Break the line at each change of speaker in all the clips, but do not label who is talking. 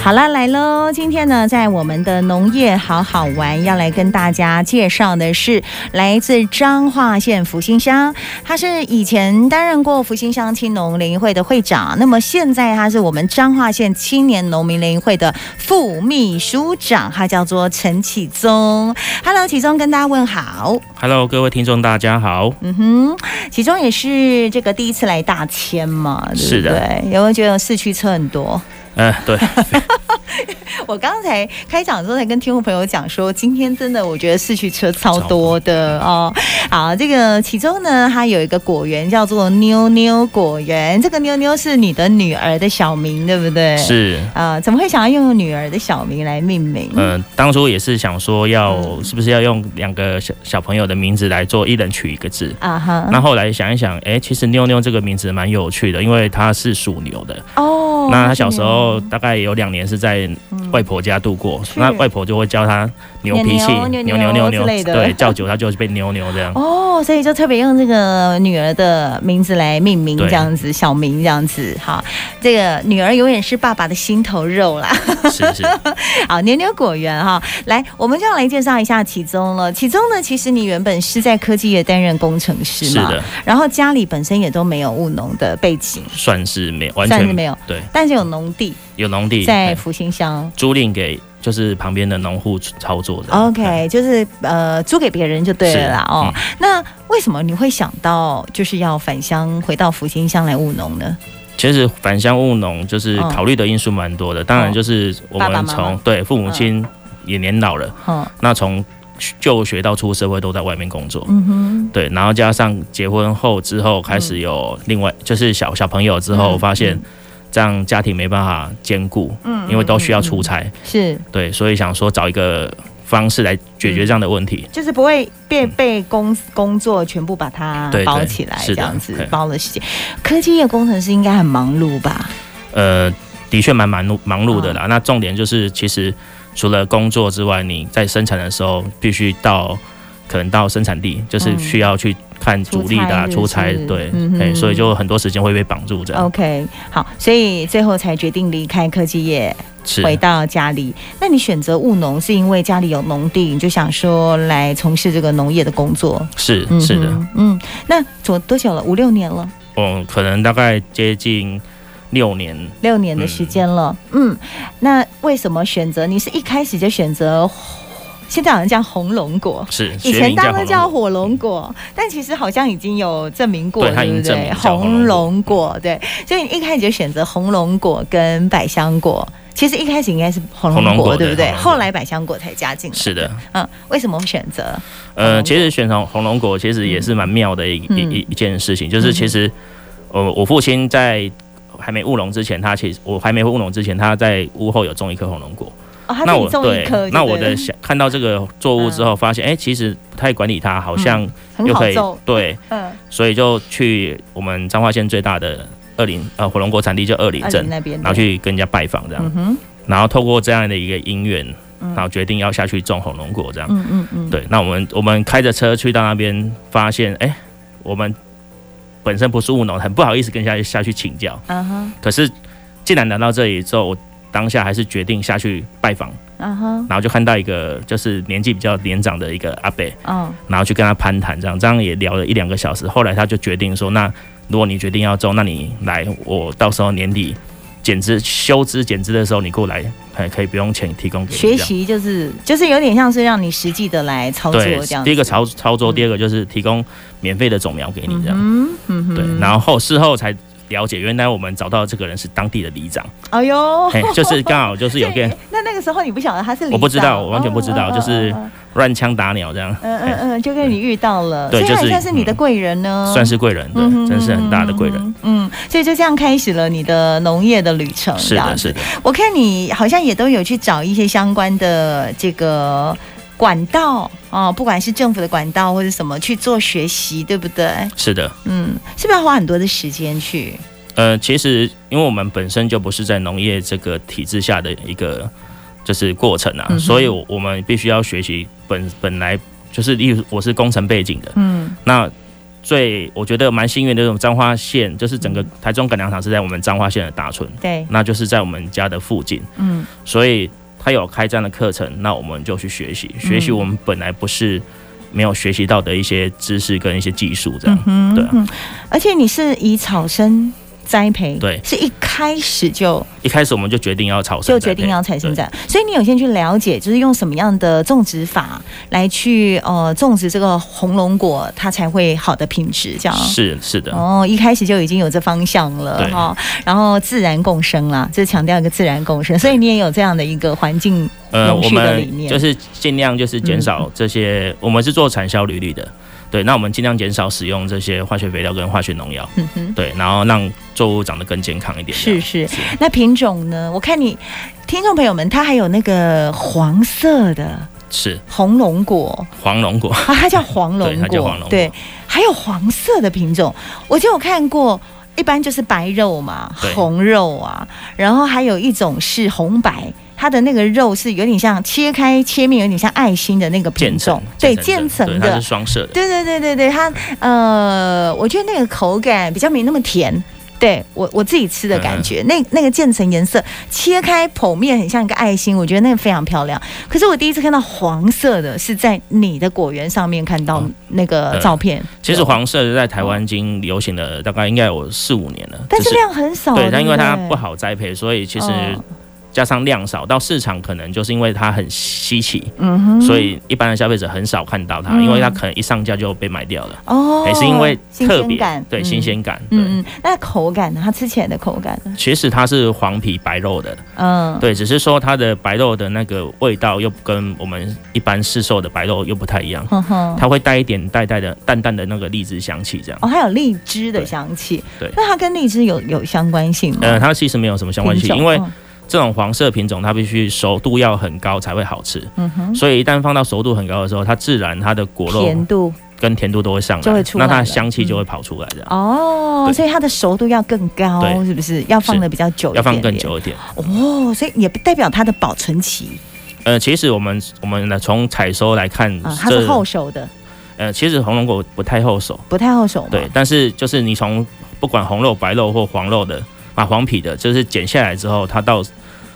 好了，来喽！今天呢，在我们的农业好好玩，要来跟大家介绍的是来自彰化县福兴乡，他是以前担任过福兴乡青农联谊会的会长，那么现在他是我们彰化县青年农民联谊会的副秘书长，他叫做陈启宗。Hello，启宗，跟大家问好。
Hello，各位听众，大家好。
嗯哼，启宗也是这个第一次来大千嘛，对不对？
是的
有没有觉得市区车很多？
呃，对，
我刚才开讲的时候才跟听众朋友讲说，今天真的我觉得市区车超多的哦。好，这个其中呢，它有一个果园叫做妞妞果园，这个妞妞是你的女儿的小名，对不对？。
是，
呃，怎么会想要用女儿的小名来命名？
嗯、当初也是想说要，
嗯
是不是要用两个小小朋友的名字来做，一人取一个字。
啊
那
哈，
后来想一想，哎、其实妞妞这个名字蛮有趣的，因为她是属牛的。
哦
那她小时候大概有两年是在外婆家度过，
是
那外婆就会教她牛脾气，
牛牛
牛牛
牛
牛
之类的
对，叫久她就是变牛牛这样。
哦，所以就特别用这个女儿的名字来命名，
对
这样子小名这样子哈。这个女儿永远是爸爸的心头肉啦。
是 是，
好，牛牛果园哈，来，我们就要来介绍一下启宗了。启宗呢，其实你原本是在科技业担任工程师
是
嘛，
的，
然后家里本身也都没有务农的背景，
算是没完
算
全
是没有，
对，
但是有农地
有农地
在
哎
福兴乡。
租赁给就是旁边的农户操作的。
OK，就是呃，租给别人就对了啦
是嗯
哦。那为什么你会想到就是要返乡回到福兴乡来务农呢？
其实返乡务农就是
嗯哦
考虑的因素蛮多的，当然就是我
爸爸
们
妈妈
从对父母亲也年老了，
嗯
那从就学到出社会都在外面工作，
嗯哼，
对，然后加上结婚后之后开始有另外就是小小朋友之后
嗯
发现
嗯。
这样家庭没办法兼顾，
嗯
因为都需要
嗯
出
嗯
差，
是
对，所以想说找一个方式来解
嗯
决这样的问题。
就是不会被被工工作全部把它
对对
包起来，
是
这
的哎
样子
对
包了时间。科技业工程师应该很忙碌吧？
呃，的确蛮忙碌忙碌
嗯
的啦。那重点就是，其实除了工作之外，你在生产的时候必须到可能到生产地，就是
嗯
需要去看主力的、啊、
出
出
差
差
是不是，
对，哎、
嗯哼哦
所以就很多时间会被绑住这样。
OK，好，所以最后才决定离开科技业，
是
回到家里。那你选择务农是因为家里有农地，你就想说来从事这个农业的工作？
是是的，
哼，嗯，那做多久了？五六年了，
我可能大概接近六年，
六年的时间了。嗯，那为什么选择？你是一开始就选择？现在好像叫红龙果，
是
以前大家都
红
叫
龙
火龙果，但其实好像已经有证明过，
对它
对
已
不
经证
对？
明叫红
龙果，对，所以你一开始就选择红龙果跟百香果。其实一开始应该是红龙
红龙
果，
果
对不
对
对？
红龙果
后来百香果才加进来。
是的，
嗯，为什么会选择？红龙
呃，
果
其实选红红龙果其实也是蛮妙的一、
嗯
一一一件事情，就是其实呃，我父亲在还没务农之前，他其实我还没务农之前，他在屋后有种一颗红龙果。
哦，他自己
我
种一颗，
那
对
我
不对
的想看到这个作物之后，发现哎、其实不太管理它，好像
嗯很
又可
好
以、
种，
对，
嗯，
所以就去我们彰化县最大的二林呃火龙果产地就二林
二
镇
林，那边的
然后，去跟人家拜访这样，
嗯哼，
然后透过这样的一个因缘，
嗯
然后决定要下去种红龙果这样。
嗯嗯嗯，
对，那我们我们开着车去到那边，发现哎、我们本身不是务农，很不好意思跟下去下去请教。
啊哈，
可是既然来到这里之后，我当下还是决定下去拜访，
啊哈，
然后就看到一个就是年纪比较年长的一个阿伯，
嗯，
然后去跟他攀谈，这样这样也聊了一两个小时。后来他就决定说，那如果你决定要种，那你来，我到时候年底剪枝、修枝、剪枝的时候，你过来，哎，可以不用钱提供给你这
学
样。
习就是就是有点像是让你实际的来操作
对
这样，子。
第一个操操作，第二个就是提供免费的种苗给你这样。
嗯嗯哼
对，然后事后才了解，原来我们找到这个人是当地的里 长，
哎呦，
嘿，就是刚好就是有
对
个
那那个时候你不晓得他是里长
我不知道我完全不知道
哦
就是哎
嗯
乱枪打鸟这样，
嗯嗯嗯，就跟你遇到了，
对
所以
就
还
是嗯
算是你的贵人呢，
算是贵人，对
嗯哼，
真是很大的贵人。。
嗯，所以就这样开始了你的农业的旅程。
是
这样
的，
子
是的，
我看你好像也都有去找一些相关的这个。管道啊、哦，不管是政府的管道或者什么去做学习，对不对？
是的。
嗯，是不是要花很多的时间去？
呃，其实因为我们本身就不是在农业这个体制下的一个就是过程啊，
嗯哼
所以我们必须要学习本本来就是，例如我是工程背景的，
嗯
那最我觉得蛮幸运的这种彰化县，就是整
嗯
个台中改良场是在我们彰化县的大村，
对，
那就是在我们家的附近，
嗯，
所以他有开这样的课程，那我们就去学
嗯
习，学习我们本来不是没有学习到的一些知识跟一些技术，这样。
嗯
对啊
嗯，而且你是以草生栽培，
对
是一开始就
一开始我们就决定要朝圣
就
栽培，
决定要采生
对
长，所以你有先去了解，就是用什么样的种植法来去呃种植这个红龙果，它才会好的品质，这样。
是是的，
哦，一开始就已经有这方向了
对
哈、然后自然共生啦，就是强调一个自然共生，所以你也有这样的一个环境
呃，
永
我
续的理
们
念嗯
就是尽量就是减少这些，我们是做产销履历的，对，那我们尽量减少使用这些化学肥料跟化学农药，
嗯哼，
对，然后让作物长得更健康一点。这
是
样
是。
是
那品种呢？我看你听众朋友们，它还有那个黄色的
是
红龙果
黄龙 果，
啊，它叫黄龙
对
果，
它叫黄龙果
对还有黄色的品种，我就有看过。一般就是白肉嘛，
对
红肉啊，然后还有一种是红白，它的那个肉是有点像切开切面，有点像爱心的那个品
渐层
种，对渐层
对它
的
是，双色的，
对对对对对，它呃，我觉得那个口感比较没那么甜。对我我自己吃的感
嗯
觉，那那个渐层颜色切开剖面很像一个爱心，我觉得那个非常漂亮。可是我第一次看到黄色的，是在你的果园上面看到
哦
那个照片，
其实黄色的在台湾已经流行了大概应该有四五年了，
但
只
是量很少，
对，但因为它
对
不好栽培，所以其实
哦
加上量少，到市场可能就是因为它很稀奇，
嗯哼，
所以一般的消费者很少看到它，
嗯
因为它可能一上架就被买掉了，
哦，
哎也是因为
新
特
鲜
别
感，
对新鲜感。对，
嗯，嗯嗯，那口感呢？它吃起来的口感呢？
其实它是黄皮白肉的，
嗯，
对，只是说它的白肉的那个味道又跟我们一般市售的白肉又不太一样，
哼嗯哼，
它会带一点淡淡的淡淡的那个荔枝香气这样。
哦，还有荔枝的香气，
对
那它跟荔枝有有相关性吗？
呃，它其实没有什么相关
品
性，
种
因为
嗯
这种黄色品种它必须熟度要很高才会好吃，
嗯哼，
所以一旦放到熟度很高的时候，它自然它的果肉
甜度
跟甜度都会上
就会
来，
出来
那它
了
的香气就会跑出来这样，
哦，
对
所以它的熟度要更高，
对
是不是？要放的比较久，
要放更。久一点。
哦，所以也不代表它的保存期
呃，其实我们我们呢从采收来看，
啊，它是后熟的，
呃，其实红龙果不太后手，
不太后熟嘛。
对，，但是就是你从不管红肉、白肉或黄肉的啊黄皮的，就是剪下来之后，它到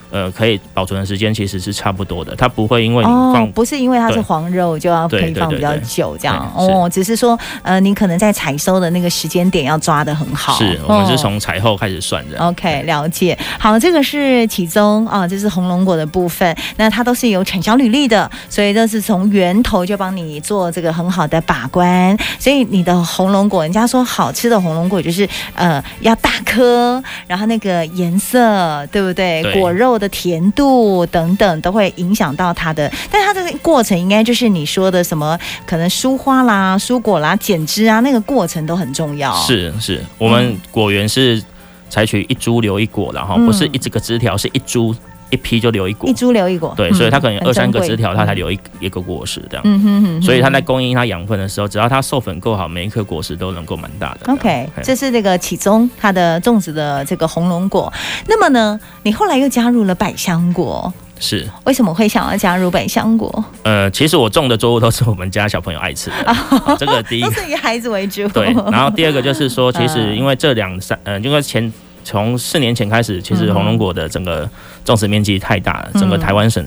呃可以保存的时间其实是差不多的，它不会因为你
哦
放，
不是因为它是
对
黄肉就要可
对
以
对
放
对
比较
对
久这样
对是
哦，只是说呃，你可能在采收的那个时间点要抓的很好。
是我们是
哦
从采后开始算的。
OK，了解。好，这个是启宗啊，这是红龙果的部分。那它都是有产销履历的，所以这是从源头就帮你做这个很好的把关。所以你的红龙果，人家说好吃的红龙果就是呃要大颗，然后那个颜色对不对？
对
果肉的甜度等等都会影响到它的。但它这个过程应该就是你说的什么，可能蔬花啦、蔬果啦、剪枝啊，那个过程都很重要。
是是，
嗯
我们果园是采取一株留一果，然后不是一这个枝条，是一株一批就留一果
一。株留一果，嗯
对，所以它可能
很
二三
珍
个
贵
枝条，它才留一一个果实这样。
嗯哼哼，
所以它在
嗯
供应它养分的时候，只要它授粉够好，每一颗果实都能够蛮大的。
OK，
嘿
这是这个启宗它的种植的这个红龙果。那么呢，你后来又加入了百香果，
是
为什么会想要加入百香果？
呃，其实我种的作物都是我们家小朋友爱吃 的，好这个第一
都哦是以孩子为主。
哎 对。然后第二个就是说，其实
嗯
因为这两三呃，因为前从四年前开始，其
嗯
实
哼
红龙果的整个种植面积太大了，整个
嗯
台湾省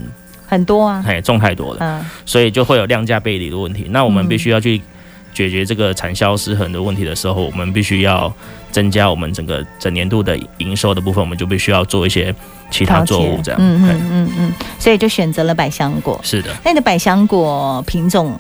很多啊，
哎种太多了，
嗯，
所以就会有量价背离的问题。那我们
嗯
必须要去解决这个产销失衡的问题的时候，我们必须要增加我们整个整年度的营收的部分，我们就必须要做一些其他
了解
作物这样。哎
嗯
嘿
嗯嗯嗯，所以就选择了百香果。
是的，
那你的百香果品种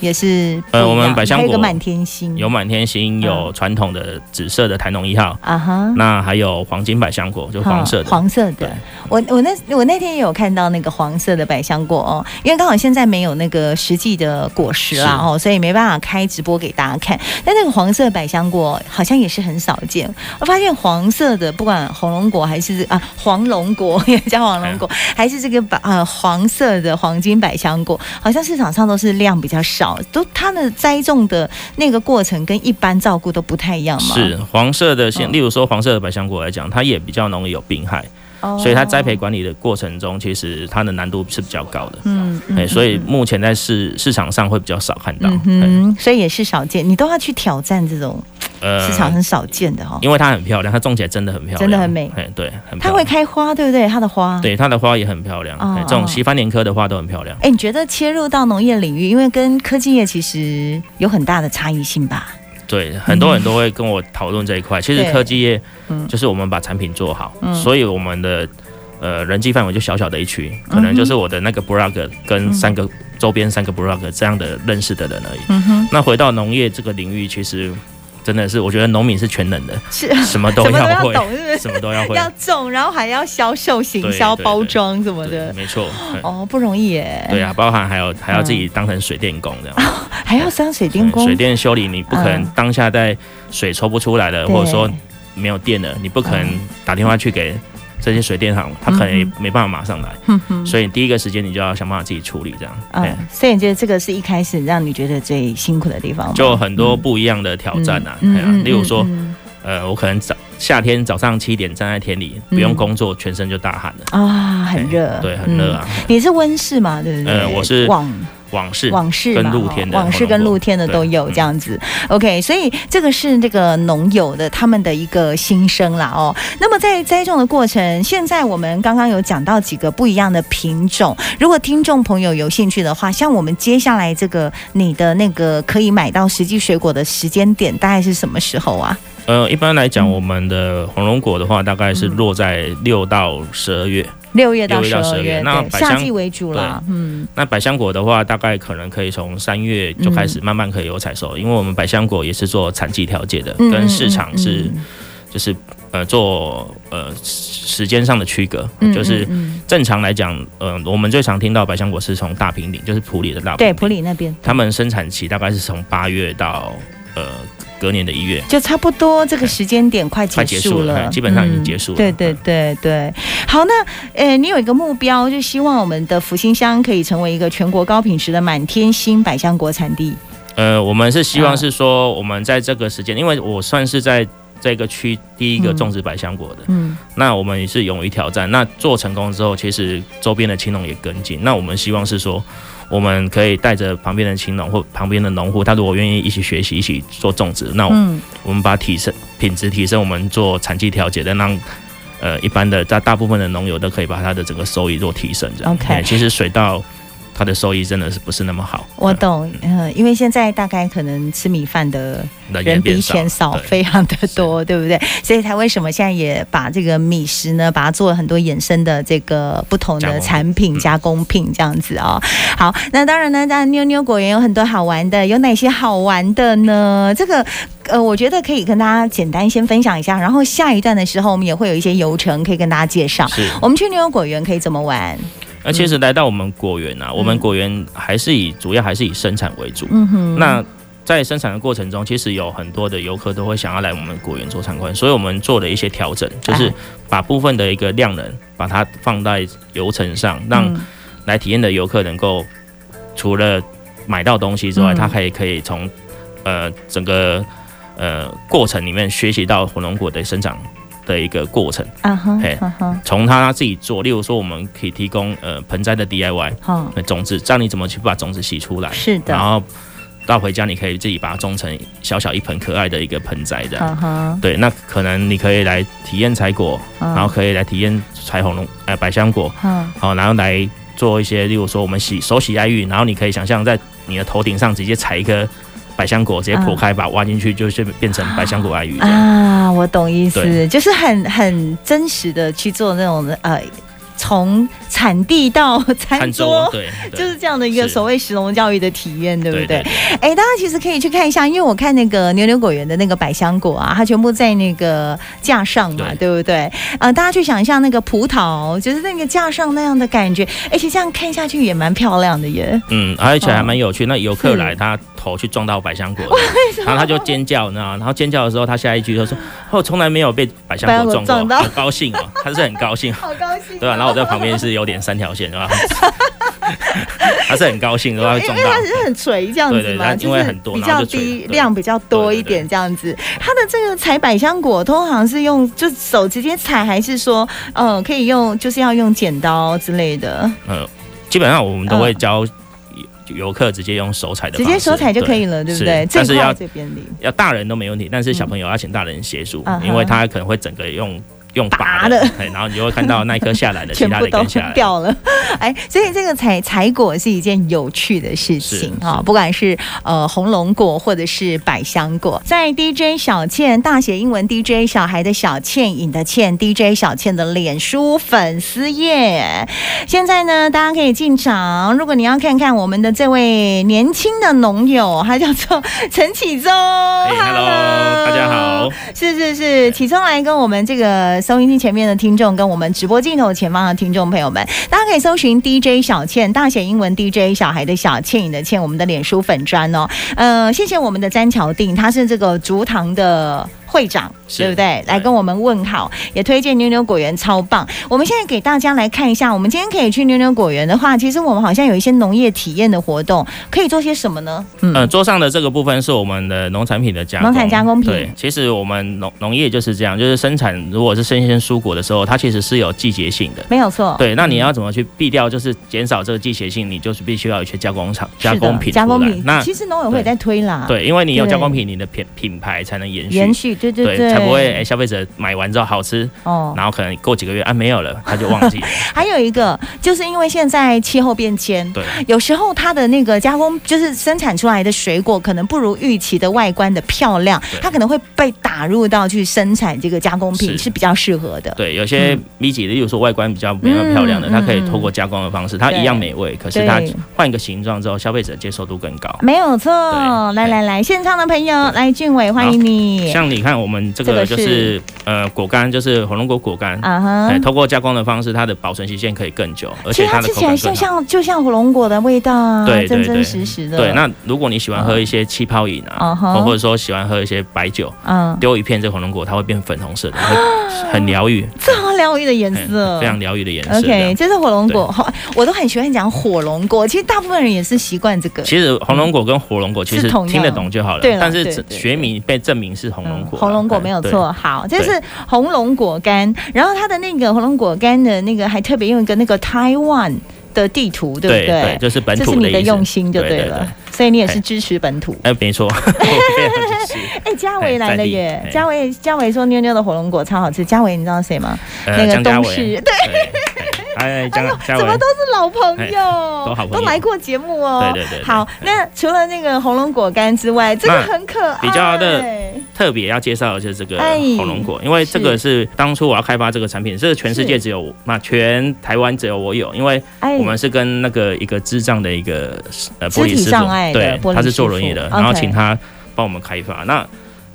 也是不一样
呃我们百香
还有一
果
个满天星，
有满天
嗯
星，有传统的紫色的台农一号，
啊哈。
那还有黄金百香果，就
哈
黄色
哦
的。
黄色
对
的，我我那我那天也有看到那个黄色的百香果哦，因为刚好现在没有那个实际的果实啦
是
哦，所以没办法开直播给大家看。但那个黄色百香果好像也是很少见，我发现黄色的不管红龙果还是啊黄龙果也叫黄龙果，
哎
还是这个百呃黄色的黄金百香果，好像市场上都是量比较少，都它的栽种的那个过程跟一般照顾都不太一样嘛。
是黄色的，像
嗯
例如说黄色的百香果来讲，它也比较容易有病害，
哦
所以它栽培管理的过程中，其实它的难度是比较高的。
嗯
哎、
嗯，
所以目前在市市场上会比较少看到。哎
嗯哼，所以也是少见，你都要去挑战这种
呃
市场很少见的哈、哦。
因为它很漂亮，它种起来真的很漂亮，
真的很美
哎，对，很
它
漂
会
亮。
开花，对不对？它的花，
对，它的花也很漂亮。
哦
哎这种西番莲科的花都很漂亮。
哎，你觉得切入到农业领域，因为跟科技业其实有很大的差异性吧？
对，很多人都会跟我讨论这一块。其实
对
科技业
嗯
就是我们把产品做好，
嗯
所以我们的呃人际范围就小小的一区，可
嗯哼
能就是我的那个 blog 跟
嗯
三个、周边三个 blog 这样的认识的人而已。
嗯哼，
那回到农业这个领域，其实真的是我觉得农民是 全能的，
是
什么都
什么都
要
要
会，
懂，是不是？
什么都要会。
要种，然后还要销售、行
对
销、
对
包
对
装什么
对，
的，
没错。嗯
哦，不容易耶。
对啊，包含还有还要自己当成水电工这样。
还要当水电嗯啊工，
水电修理，你不可能
嗯
当下在水抽不出来了，
对
或者说没有电了，你不可能
嗯
打电话去给这些水电行，他可能也
嗯
没办法马上来，
哼哼
所以第一个时间你就要想办法自己处理这样。哎
嗯，所以你觉得这个是一开始让你觉得最辛苦的地方吗？
就很多不一样的挑战啊，
嗯
哎呀
嗯嗯
例如说，
嗯
呃，我可能早夏天早上七点站在田里，
嗯
不用工作，全身就大汗了，
啊，很
哎
热，
对，很热啊。
嗯。你是温室嘛，对不对？
呃我是
往
往事
往事
跟
嘛
露
哈
天的
往事跟露天的
对
都有
嗯
这样子。OK，所以这个是这个农友的他们的一个心声啦哦。那么在栽种的过程，现在我们刚刚有讲到几个不一样的品种，如果听众朋友有兴趣的话，像我们接下来这个你的那个可以买到实际水果的时间点，大概是什么时候啊？
呃，一般来讲，
嗯
我们的红龙果的话，大概是
嗯
落在六到十二月。
六月到
六
十
月
二
到12月
月，
那
对，
百
夏
香
季为主啦。嗯，
那百香果的话，大概可能可以从三月就开
嗯
始慢慢可以有采收，因为我们百香果也是做产季调节的，
嗯
跟市场是、
嗯嗯
就是呃做呃时间上的区隔，
嗯
就是
嗯嗯
正常来讲，呃，我们最常听到百香果是从大平顶，就是普里的大平
对
顶
普，里那边。
他们生产期大概是从八月到呃隔年的一月。
就差不多这个时间点快
快
结
结
束
束了
了，
嗯基本上已经结束了
对对
嗯
对对，好，那呃，你有一个目标，就希望我们的福星乡可以成为一个全国高品质的满天星百香果产地。
呃，我们是希
嗯
望是说，我们在这个时间，因为我算是在这个区第一个
嗯
种植百香果的，
嗯，
那我们也是勇于挑战。那做成功之后，其实周边的青农也跟进。那我们希望是说，我们可以带着旁边的青农或旁边的农户，他如果愿意一起学习、一起做种植，那我,、
嗯，
们把提升品质提升，我们做产季调节，但让呃一般的大大部分的农友都可以把他的整个收益做提升。这样
OK
哎其实水稻它的收益真的是不是那么好，
我懂，嗯，因为现在大概可能吃米饭的
人也
人比
变
以
呃少
前。少
对
非常的多，对不对？所以才为什么现在也把这个米食呢，把它做了很多衍生的这个不同
加
的
工品
产品、
嗯
加工品这样子哦。好，那当然呢，当然妞妞果园有很多好玩的，有哪些好玩的呢？这个。呃，我觉得可以跟大家简单先分享一下，然后下一段的时候，我们也会有一些游程可以跟大家介绍。
是，
我们去妞妞果园可以怎么玩？
那其实来到我们果园啊，我们果园还是以主要还是以生产为主。
嗯哼，
那在生产的过程中，其实有很多的游客都会想要来我们果园做参观，所以我们做了一些调整，
啊
就是把部分的一个量能把它放在游程上，让
嗯
来体验的游客能够除了买到东西之
嗯
外，他还可以从呃整个呃过程里面学习到火龙果的生长的一个过程，
啊哈
嘿
啊哈，
从他自己做，例如说我们可以提供呃盆栽的 DIY
好，
呃种子，教你怎么去把种子洗出来。
是的，
然
啊
后到回家你可以自己把它种成小小一盆可爱的一个盆栽
嗯
这样。
啊哈，
对，那可能你可以来体验采果，
然
然后可以来体验采红龙呃百香果，
嗯，
好，然后来做一些，例如说我们洗手洗爱玉，然后你可以想象在你的头顶上直接采一颗百香果，直接剖开把它挖进去，就是变成百香果爱玉这样。
嗯啊，我懂意思，
对
就是很很真实的去做那种呃，从产地到餐
餐
桌
桌。对，对
就是这样的一个
是
所谓食农教育的体验，对不
对
对？
对
哎，大家其实可以去看一下，因为我看那个牛牛果园的那个百香果啊，它全部在那个架上嘛，对
对
不对？呃，大家去想一下那个葡萄，就是那个架上那样的感觉，而且这样看下去也蛮漂亮的耶。
嗯，而且还
哦
蛮有趣。那游客
是
来，他头去撞到百香果，然后他就尖叫，你知道吗？然后尖叫的时候，他下一句就说：“哦，从来没有被百香
百香
果
果
撞过，
撞到
好高兴哦！”他是很高
，
兴
好高兴、啊
对吧、然后我在旁边是 有点三条线，然后他是很高兴，然后
因
中
为
到
它。是很垂这样
对
子
对
嘛，
它
就
因为
是
很多
比
然后
较
就垂
低
对
量比较多一点这样子。它的这个采百香果通常是用就手直接采，还是说呃可以用就是要用剪刀之类的，
呃，基本上我们都会教游游客直接用手采的
嗯直
方式，
接手采就可以
对。
了，对不
是
对？
但是
最快
要
最便利。
要大人都没问题，但是小朋友要请大人协助，
嗯
因为他可能会整个用用拔
拔
的，嘿然后你就会看到那一颗下来的，其
全
他
部
的
都
跟下来。
掉了， 哎，所以这个采采果是一件有趣的事情
是
啊、不管是呃红龙果或者是百香果，在 DJ 小倩大写英文 DJ 小孩的小倩影的倩 DJ 小倩的脸书粉丝页，现在呢大家可以进场，如果你要看看我们的这位年轻的农友，他叫做陈启 宗、
哎，Hello，大家好。
是是是，启聪来跟我们这个收音机前面的听众，跟我们直播镜头前方的听众朋友们，大家可以搜寻 DJ 小倩，大写英文 DJ 小孩的小倩影的倩，我们的脸书粉砖哦。呃，谢谢我们的詹乔定，他是这个竹堂的。会长
是
对不对？
对
来跟我们问好，也推荐妞妞果园超棒。我们现在给大家来看一下，我们今天可以去妞妞果园的话，其实我们好像有一些农业体验的活动，可以做些什么呢？嗯，
呃，桌上的这个部分是我们的农产品的加工，
农产加工品
对，其实我们农农业就是这样，就是生产如果是生鲜蔬果的时候，它其实是有季节性的。
没有错。
对，那你要怎么去避掉，就是减少这个季节性，你就是必须要有一些加工厂、加
是的
工品出
加
来。
工品，
那
其实农委会也在推啦，
对，因为你有
对
加工品，你的品品牌才能延续，
延续，对对
才不会哎、消费者买完之后好吃，
哦。
然后可能过几个月啊没有了，他就忘 记了。
还有一个，就是因为现在气候变迁，
对，
有时候它的那个加工，就是生产出来的水果，可能不如预期的外观的漂亮
对，
它可能会被打入到去生产这个加工品
是
是比较适合的。
对，有些
嗯
米几，例如说外观比较没那么漂亮的，
嗯
它可以
嗯
透过加工的方式，它
对
一样美味，可是它
对
换一个形状之后，消费者接受度更高。
没有错，
对
来来来，现场的朋友，来俊伟，欢迎你。
像你看，我们这
这
个
个
就是
是
呃果干，就是火龙果果干，
啊
哎，
哈，
透过加工的方式，它的保存期限可以更久，而
其
且
实
它
它
的
吃
口
起来
感
就
更好。
像就像火龙果的味道啊，
对对
真
对
真实实的。
对，那如果你喜欢喝一些气泡饮
嗯
啊，
哼
或者说喜欢喝一些白酒，
嗯，
丢一片这个火龙果，它会变粉红色的，会很疗愈，
这好疗愈的颜
哎
色，
非常疗愈的颜色。这
哦 OK，
样
这是火龙果，好，我都很喜欢讲火龙果。其实大部分人也是习惯这个
其实红龙果跟火龙果其
是
实
同样
听得懂就好了，
对啦
但是
对
这
对
学名被证明是红龙
嗯
果啦，
红龙果
嗯
没有。
对
错。好，这是红龙果干，然后它的那个红龙果干的那个还特别用一个那个台湾的地图，对
对
不
对，就是本
这
土
是你
的
的
意思
用心就对了，。
对对
所以你也是
嘿
支持本土。
哎，没错， 我非常支持。
哎，嘉维
嘿
来
在
了
地哎
耶！
嘿
嘉维，嘉维说妞妞的火龙果超好吃。嘉维，你知道谁吗？那
呃，
个
江嘉
东
伟，
市
对，哎，哎江嘉
怎
伟
么，都是老朋
嘿
友，
都好朋友
来过节目哦。
对对对对
好，那除了那个红龙果干之外，这个
那
很可爱。
比较的特别要介绍的就是这个
哎
火龙果，因为这个是当初我要开发这个产品，这个全世界只有我，那全台湾只有我有，因为
哎
我们是跟那个一个智障的一个呃
肢
玻璃
体
师
障
傅
碍，的
对
玻璃，
他是
师
坐
傅
轮椅的，
OK
然后请他帮我们开发。那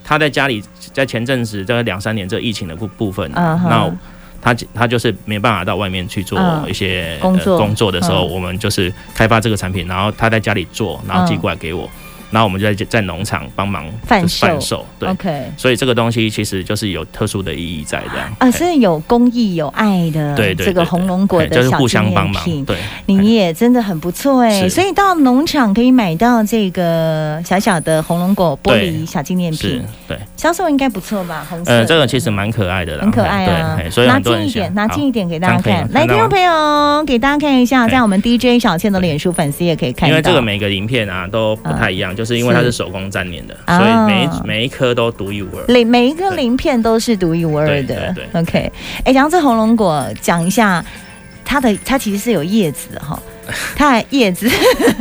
他在家里，在前阵子在两三年这疫情的部部分，
嗯哼
那他他就是没办法到外面去做
嗯
一些、呃
工作
工作的时候，
嗯
我们就是开发这个产品，然后他在家里做，然后寄
嗯
过来给我，然后我们就在在农场帮忙
贩
就是
售嗯
贩售，对。
OK
所以这个东西其实就是有特殊的意义在这样
啊，是有公益有爱的，
对对
这个
对
红龙果
嘿就
的
是
小
互
纪
相帮
念
忙，
品，
对，
你也真的很不错哎。
是
所以到农场可以买到这个小小的红龙果玻
对
璃小纪念
是
品，，
对。
销售应该不错吧？红色的，
呃，这个其实蛮可爱的啦，
很可爱啊
对，哎嘿所以
拿
很多
近
人
一点，
想
拿近一点给大家
这样
看
可。以
来，
吗看
听众
到吗
朋友，给大家看一下，
哎
在我们 DJ 小倩的脸书粉丝也可以
好
看到。
因为这个每个鳞片啊都不太一样，就是因为它是手工粘连的，
嗯啊
所以每一每一颗都独一无二。
每每一个鳞片都是独一无二
对
的
对。
OK，哎，讲到这红龙果，讲一下它的，它其实是有叶子的 哈，它的叶子，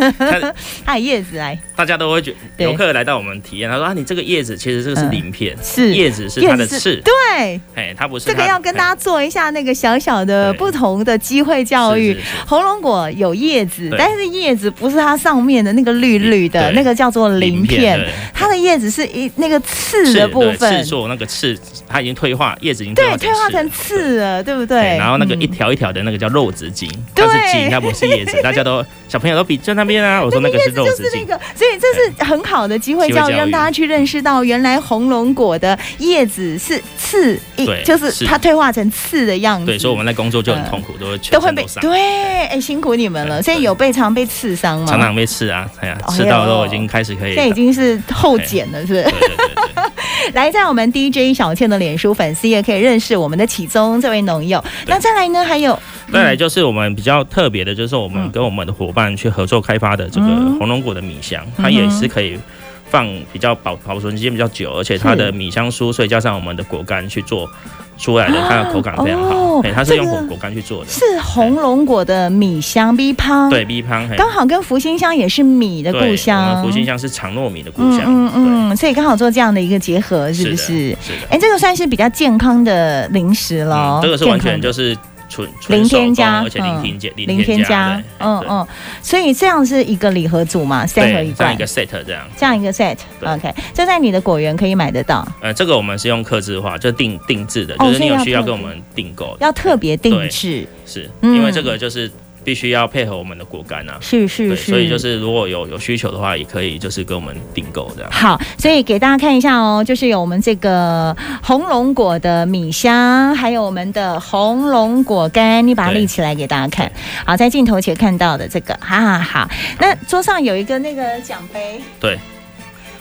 它
它的叶子来
大家都会觉
对嗯
游客来到我们体验，他说啊，你这个叶子其实这个是鳞片，
是。
叶子是它的刺，
对，
哎，它不是它
这个要跟大家做一下那个小小的
对
不同的机会教育
是。是是
红龙果有叶子，
对
但是叶子不是它上面的那个绿绿的，
对
那个叫做鳞片。
对
它的叶子是一那个刺
刺
的部
对
分
刺，做那个刺，它已经退化，叶子已经
对，
退
退
化
化成
刺了。
刺了，对不
对，
对？
然后那个
嗯
一条一条的那个叫肉质茎，
对
它是茎，它不是叶子。子，大家都小朋友都比在那边啊。我说那个 是肉
就
食
是那
性，哎
个，所以这是很好的机会
机会
教
教
育，
育
让大家去认识到原来红龙果的叶子是刺，一
对
就是
是
它退化成刺的样子。
对，所以我们在工作就很痛苦，都会全
呃都会
身
被
都伤，
对，哎，辛苦你们了。
对
所以有被常被刺伤吗？
常常被刺啊，哎呀，
哎呦
吃到都已经开始可以
现在已经是后剪了，是不是？
对对对 对，
来，在我们 DJ 小倩的脸书粉丝也可以认识我们的启宗这位农友。那再来呢，还有
再来就是我们比较特别的，就是我们
嗯
跟我们的伙伴去合作开发的这个
嗯
红龙果的米香，
哼
它也是可以放比较保保存时间比较久，而且它的米香酥，所以加上我们的果干去做出来的，它的口感非常
哦
好。对，它是用
这个
果果干去做的。
是红龙果的米香 B 胖，
对，B 胖嘿
刚好跟福星香也是米的
对
故
我
乡，
们福星香是长糯米的故
嗯
乡。
嗯嗯，所以刚好做这样的一个结合，
对，
是不
的
是？
是的。
哎，这个算是比较健康的零食了哦
嗯，，这个是完全
健康的
就是纯纯
零
手
添
工
加
而且
嗯
零添加，
零添加，嗯
嗯嗯，
嗯，所以这样是一个礼盒组嘛，三合
对
一
对，这样
罐
一个。set 这样。
这样一个 set，OK，、这在你的果园可以买得到，
呃，这个我们是用客制化，就定定制的，
哦
就是你
所以
有
要
需要
特
跟我
别
们订购的，
要特别定制，
是
嗯
因为这个就是必须要配合我们的果干啊。
是是
对，
是，
所以就是如果有有需求的话，也可以就是跟我们订购这样。
好，所以给大家看一下哦，就是有我们这个红龙果的米香，还有我们的红龙果干，你把它
对
立起来给大家看。好，在镜头前看到的这个，哈哈好。那桌上有一个那个奖杯，
对，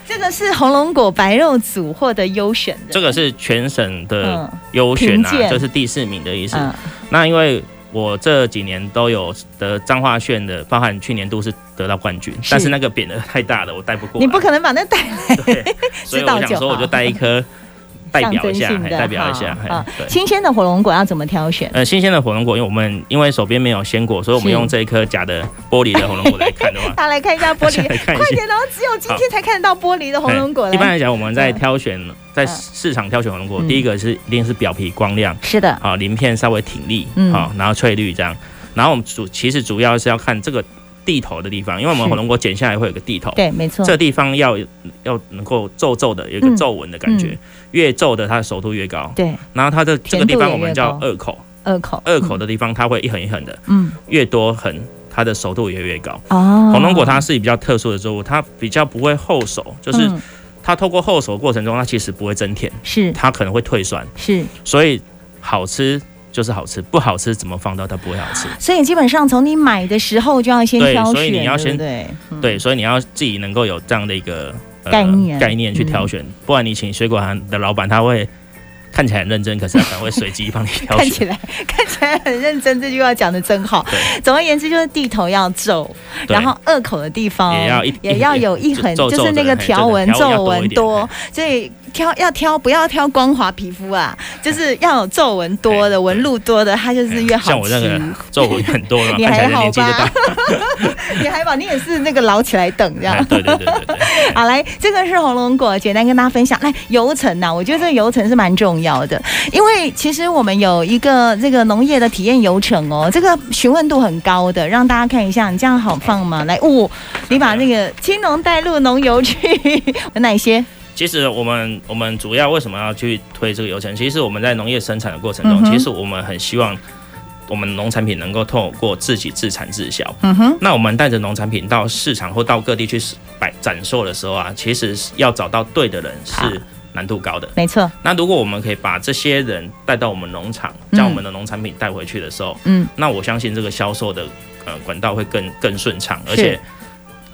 这个是红龙果白肉组获得优选的，
这个是全省的
嗯
优选啊
评鉴，
这是第四名的意思。
嗯
那因为我这几年都有得彰化县的，包含去年度是得到冠军，
是
但是那个匾额太大了，我带不过来。
你不可能把那带
对，所以
知道
我
就
想说，我
好
就带一颗代表
象征
一下，
性
嘿
的
代表一下
好，
嘿
好
对。
新鲜的火龙果要怎么挑选？
呃，新鲜的火龙果，因为我们因为手边没有鲜果，所以我们
是
用这一颗假的玻璃的火龙果来看的话，
大家来看一 下玻璃，
来看
快
一下。哎
点，然后只有今天才看得到玻璃的红龙果
一般
来。
来讲，我们在挑选在
嗯
市场挑选火龙果，
嗯
第一个是一定是表皮光亮
是的，
啊，鳞片稍微挺立
嗯
啊，然后翠绿这样。然后我们主其实主要是要看这个地头的地方，因为我们
是
火龙果剪下来会有个地头，
对，没错
这，个地方要要能够皱皱的，有一个
嗯
皱纹的感觉，越皱的它的熟度越高。
对，
然后它的这个地
甜度也
方
越
我们叫
高嗯
二口，
二口，
二口的地方它会一横一横的，
嗯，
越多横，它的熟度也越高。
哦，
红龙果它是比较特殊的作物，它比较不会后熟，就是
嗯
它透过后熟过程中，它其实不会增甜，
是
它可能会退酸，
是，
所以好吃就是好吃，不好吃怎么放到它不会好吃。
所以基本上从你买的时候就要先
对
挑选，
所以你要
对
先
不对，嗯
对，所以你要自己能够有这样的一个、呃
概念嗯
概念去挑选，不然你请水果行的老板他会。看起来很认真，可是他可能会随机帮你挑
看起
选。
来看起来很认真，这句话讲的真好。
对
总而言之，就是地头要皱，
对
然后二口的地方
也要一
也要有一横，
皱皱
就是那个
皱皱的
条纹
嘿对
皱
条纹要
纹
多一点哎
多，所以挑要挑不要挑光滑皮肤啊， 就是要有皱纹多的、
嘿
纹路多的，它就是越好吃。
哎像我这个 皱纹很多了 嘛，
你
看起
还
来就
好
年纪就
吧
大。？
你还好，你也是那个老起来等这样
哎。对对对对对。
好，来，这个是红龙果，简单跟大家分享。来，油层呐、我觉得这个油层是蛮重要的，因为其实我们有一个这个农业的体验油层哦，这个询问度很高的，让大家看一下，你这样好放吗？来，哦，你把那个青农带入农油去， 有哪些？
其实我们我们主要为什么要去推这个流程？其实我们在农业生产的过程
嗯
中，
哼
其实我们很希望我们农产品能够透过自己自产自销。
嗯哼，
那我们带着农产品到市场或到各地去摆展售的时候啊，其实要找到对的人
好
是难度高的。
没错，
那如果我们可以把这些人带到我们农场，
嗯
将我们的农产品带回去的时候，
嗯，
那我相信这个销售的呃管道会更更顺畅，
是
而且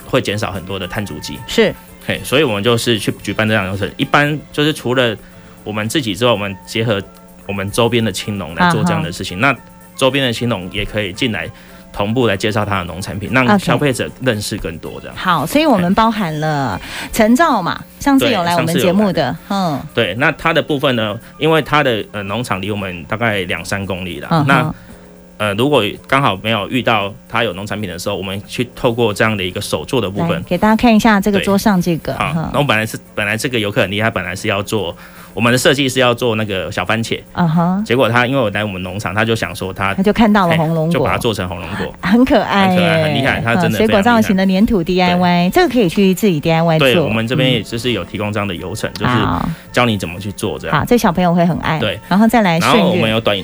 会减少很多的碳足迹。
是
嘿，所以我们就是去举办这样的流程。一般就是除了我们自己之外，我们结合我们周边的青农
啊
来做这样的事情。那周边的青农也可以进来同步来介绍他的农产品，让
OK
消费者认识更多。这样
好，所以我们包含了陈照嘛，上次
对
有来我
上次
们
有
节目
来
的，嗯，
对。那它的部分呢，因为它的呃农场离我们大概两三公里啦。
嗯
啊那
哼
呃如果刚好没有遇到它有农产品的时候，我们去透过这样的一个手做的部
来
分。
给大家看一下这个
对
桌上这个，
好，那
嗯
我本来是本来这个游客很厉害，本来是要做我们的设计是要做那个小番茄，
嗯哼，
结果他因为我来我们农场，他就想说他
他就看到了
哎
红龙
就
果
把它，做成红龙果。
很可爱耶，
很可爱很厉害它真的
嗯水
非常
果造型的粘土 DIY，这个可以去自己 DIY 做。
对我们这边
嗯
也就是有提供这样的流程，就是
好，
教你怎么去做这样。
好，这小朋友会很爱。
对，
然后再来
然
顺
后我们
日，
有短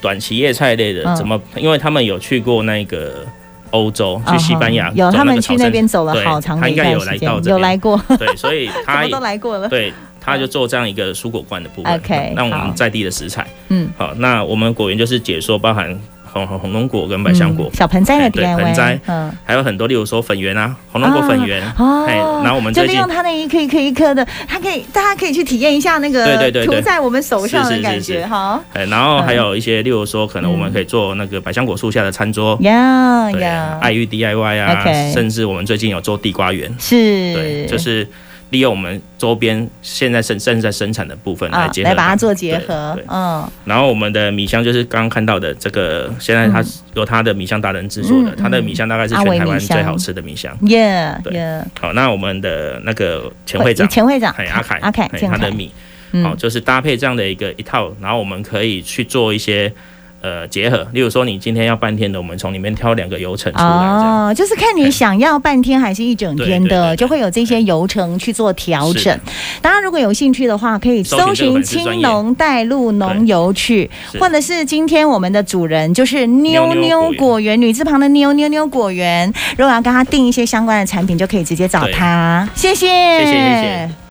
短期叶菜类的
嗯，
怎么？因为他们有去过那个欧洲，去西班牙，
哦有
走
他
那
们
个
去
朝
那
圣
边走了
对
好长
他
的一
应该
段
有
时
来
间
到，这
有
边
来过，
对，所以
什
他
么
也
都来过了。
对，他就做这样一个蔬果罐的部分
OK，
那我
好
们在地的食材，
嗯，
好，那我们果园就是解说包含红红红龙果跟百香果
嗯，小盆栽
哎
的
对
DIY，
盆栽
嗯，
还有很多，例如说粉圆啊，红龙果粉圆，
哦，
哎，然后我们
就利
最近
用它那一颗一颗一颗的，它可以大家可以去体验一下那
对
个
对对对
涂在我们手上的
是是
感
是
觉
是
哈。
哎，然后
嗯
还有一些，例如说，可能我们可以做那个百香果树下的餐桌，
呀
对，
呀，
爱玉 DIY 啊
嗯 OK 嗯
甚至我们最近有做地瓜园，
是，
对，就是利用我们周边现在生正在生产的部分来
啊，
结合、
来把它做结
对
合
对，
嗯，
然后我们的米香就是刚刚看到的这个，现在它
嗯
由它的米香达人制作的，
嗯
它的米香大概是
阿
全
维
台
米
湾
香
最好吃的米香。
耶
对
耶，
好，那我们的那个前会长。
前会长
哎，阿凯，
阿凯
哎，
建
他的
凯
米，好、
嗯，
就是搭配这样的一个一套，然后我们可以去做一些呃结合，例如说你今天要半天的，我们从里面挑两个油程出来，这样、哎
哦，就是看你想要半天还是一整天
对对对
的，
对
就会有这些流程去做调
是
整
的。
大家如果有兴趣的话，可以搜
搜寻这个
寻“
粉丝专
青
业
农带路农游去”，
是
或者是今天我们的主人就是妞妞
妞
果
果
园，女字旁的妞妞妞果园。如果要跟他订一些相关的产品，就可以直接找
对
他。谢谢，
谢谢谢谢。